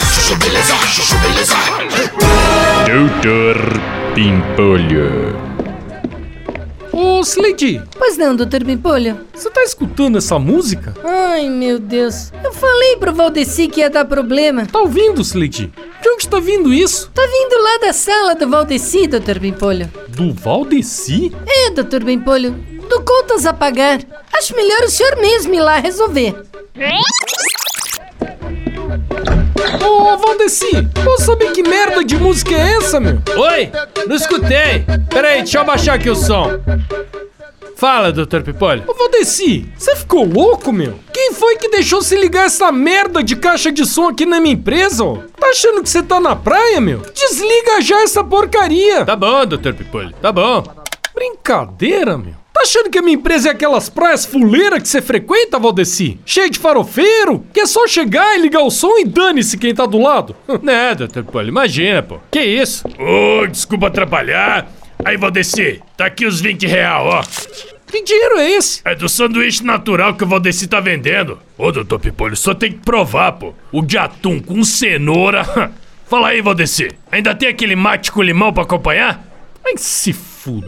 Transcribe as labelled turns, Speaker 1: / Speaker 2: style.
Speaker 1: Chuchu-beleza, chuchu-beleza.
Speaker 2: Doutor Pimpolho.
Speaker 3: Ô, Slade,
Speaker 4: Pois não, doutor Pimpolho?
Speaker 3: você tá escutando essa música?
Speaker 4: Ai, meu Deus. Eu falei pro Valdeci que ia dar problema.
Speaker 3: Tá ouvindo, Slade? De onde tá vindo isso?
Speaker 4: Tá vindo lá da sala do Valdeci, doutor Pimpolho.
Speaker 3: Do Valdeci?
Speaker 4: É, doutor Pimpolho, do contas a pagar. Acho melhor o senhor mesmo ir lá resolver.
Speaker 3: Ô, Valdeci, posso saber que merda de música é essa, meu?
Speaker 5: Oi? Não escutei! Peraí, deixa eu abaixar aqui o som. Fala, Dr. Pipolho.
Speaker 3: Ô, Valdeci, você ficou louco, meu? Quem foi que deixou se ligar essa merda de caixa de som aqui na minha empresa, ó? Tá achando que você tá na praia, meu? Desliga já essa porcaria!
Speaker 5: Tá bom, Dr. Pipolho, tá bom.
Speaker 3: Brincadeira, meu. Tá achando que a minha empresa é aquelas praias fuleiras que você frequenta, Valdeci? Cheio de farofeiro? Que é só chegar e ligar o som e dane-se quem tá do lado?
Speaker 5: Né, Dr. Pipolho, imagina, pô. Que isso? Ô, desculpa atrapalhar. Aí, Valdeci, tá aqui os 20 real, ó.
Speaker 3: que dinheiro é esse?
Speaker 5: É do sanduíche natural que o Valdeci tá vendendo. Ô, Dr. Pipolho, só tem que provar, pô. O de atum com cenoura. Fala aí, Valdeci. Ainda tem aquele mate com limão pra acompanhar?
Speaker 3: Ai, se fuder.